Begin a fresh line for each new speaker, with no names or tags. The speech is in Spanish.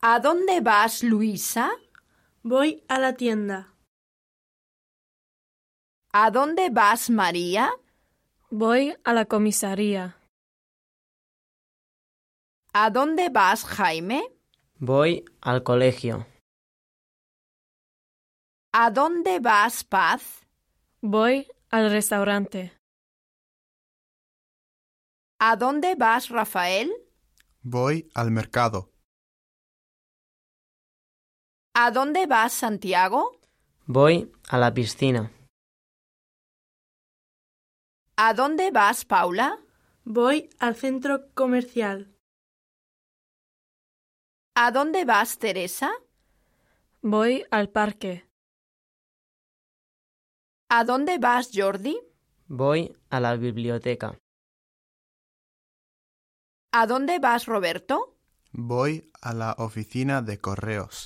¿A dónde vas, Luisa?
Voy a la tienda.
¿A dónde vas, María?
Voy a la comisaría.
¿A dónde vas, Jaime?
Voy al colegio.
¿A dónde vas, Paz?
Voy al restaurante.
¿A dónde vas, Rafael?
Voy al mercado.
¿A dónde vas, Santiago?
Voy a la piscina.
¿A dónde vas, Paula?
Voy al centro comercial.
¿A dónde vas, Teresa?
Voy al parque.
¿A dónde vas, Jordi?
Voy a la biblioteca.
¿A dónde vas, Roberto?
Voy a la oficina de correos.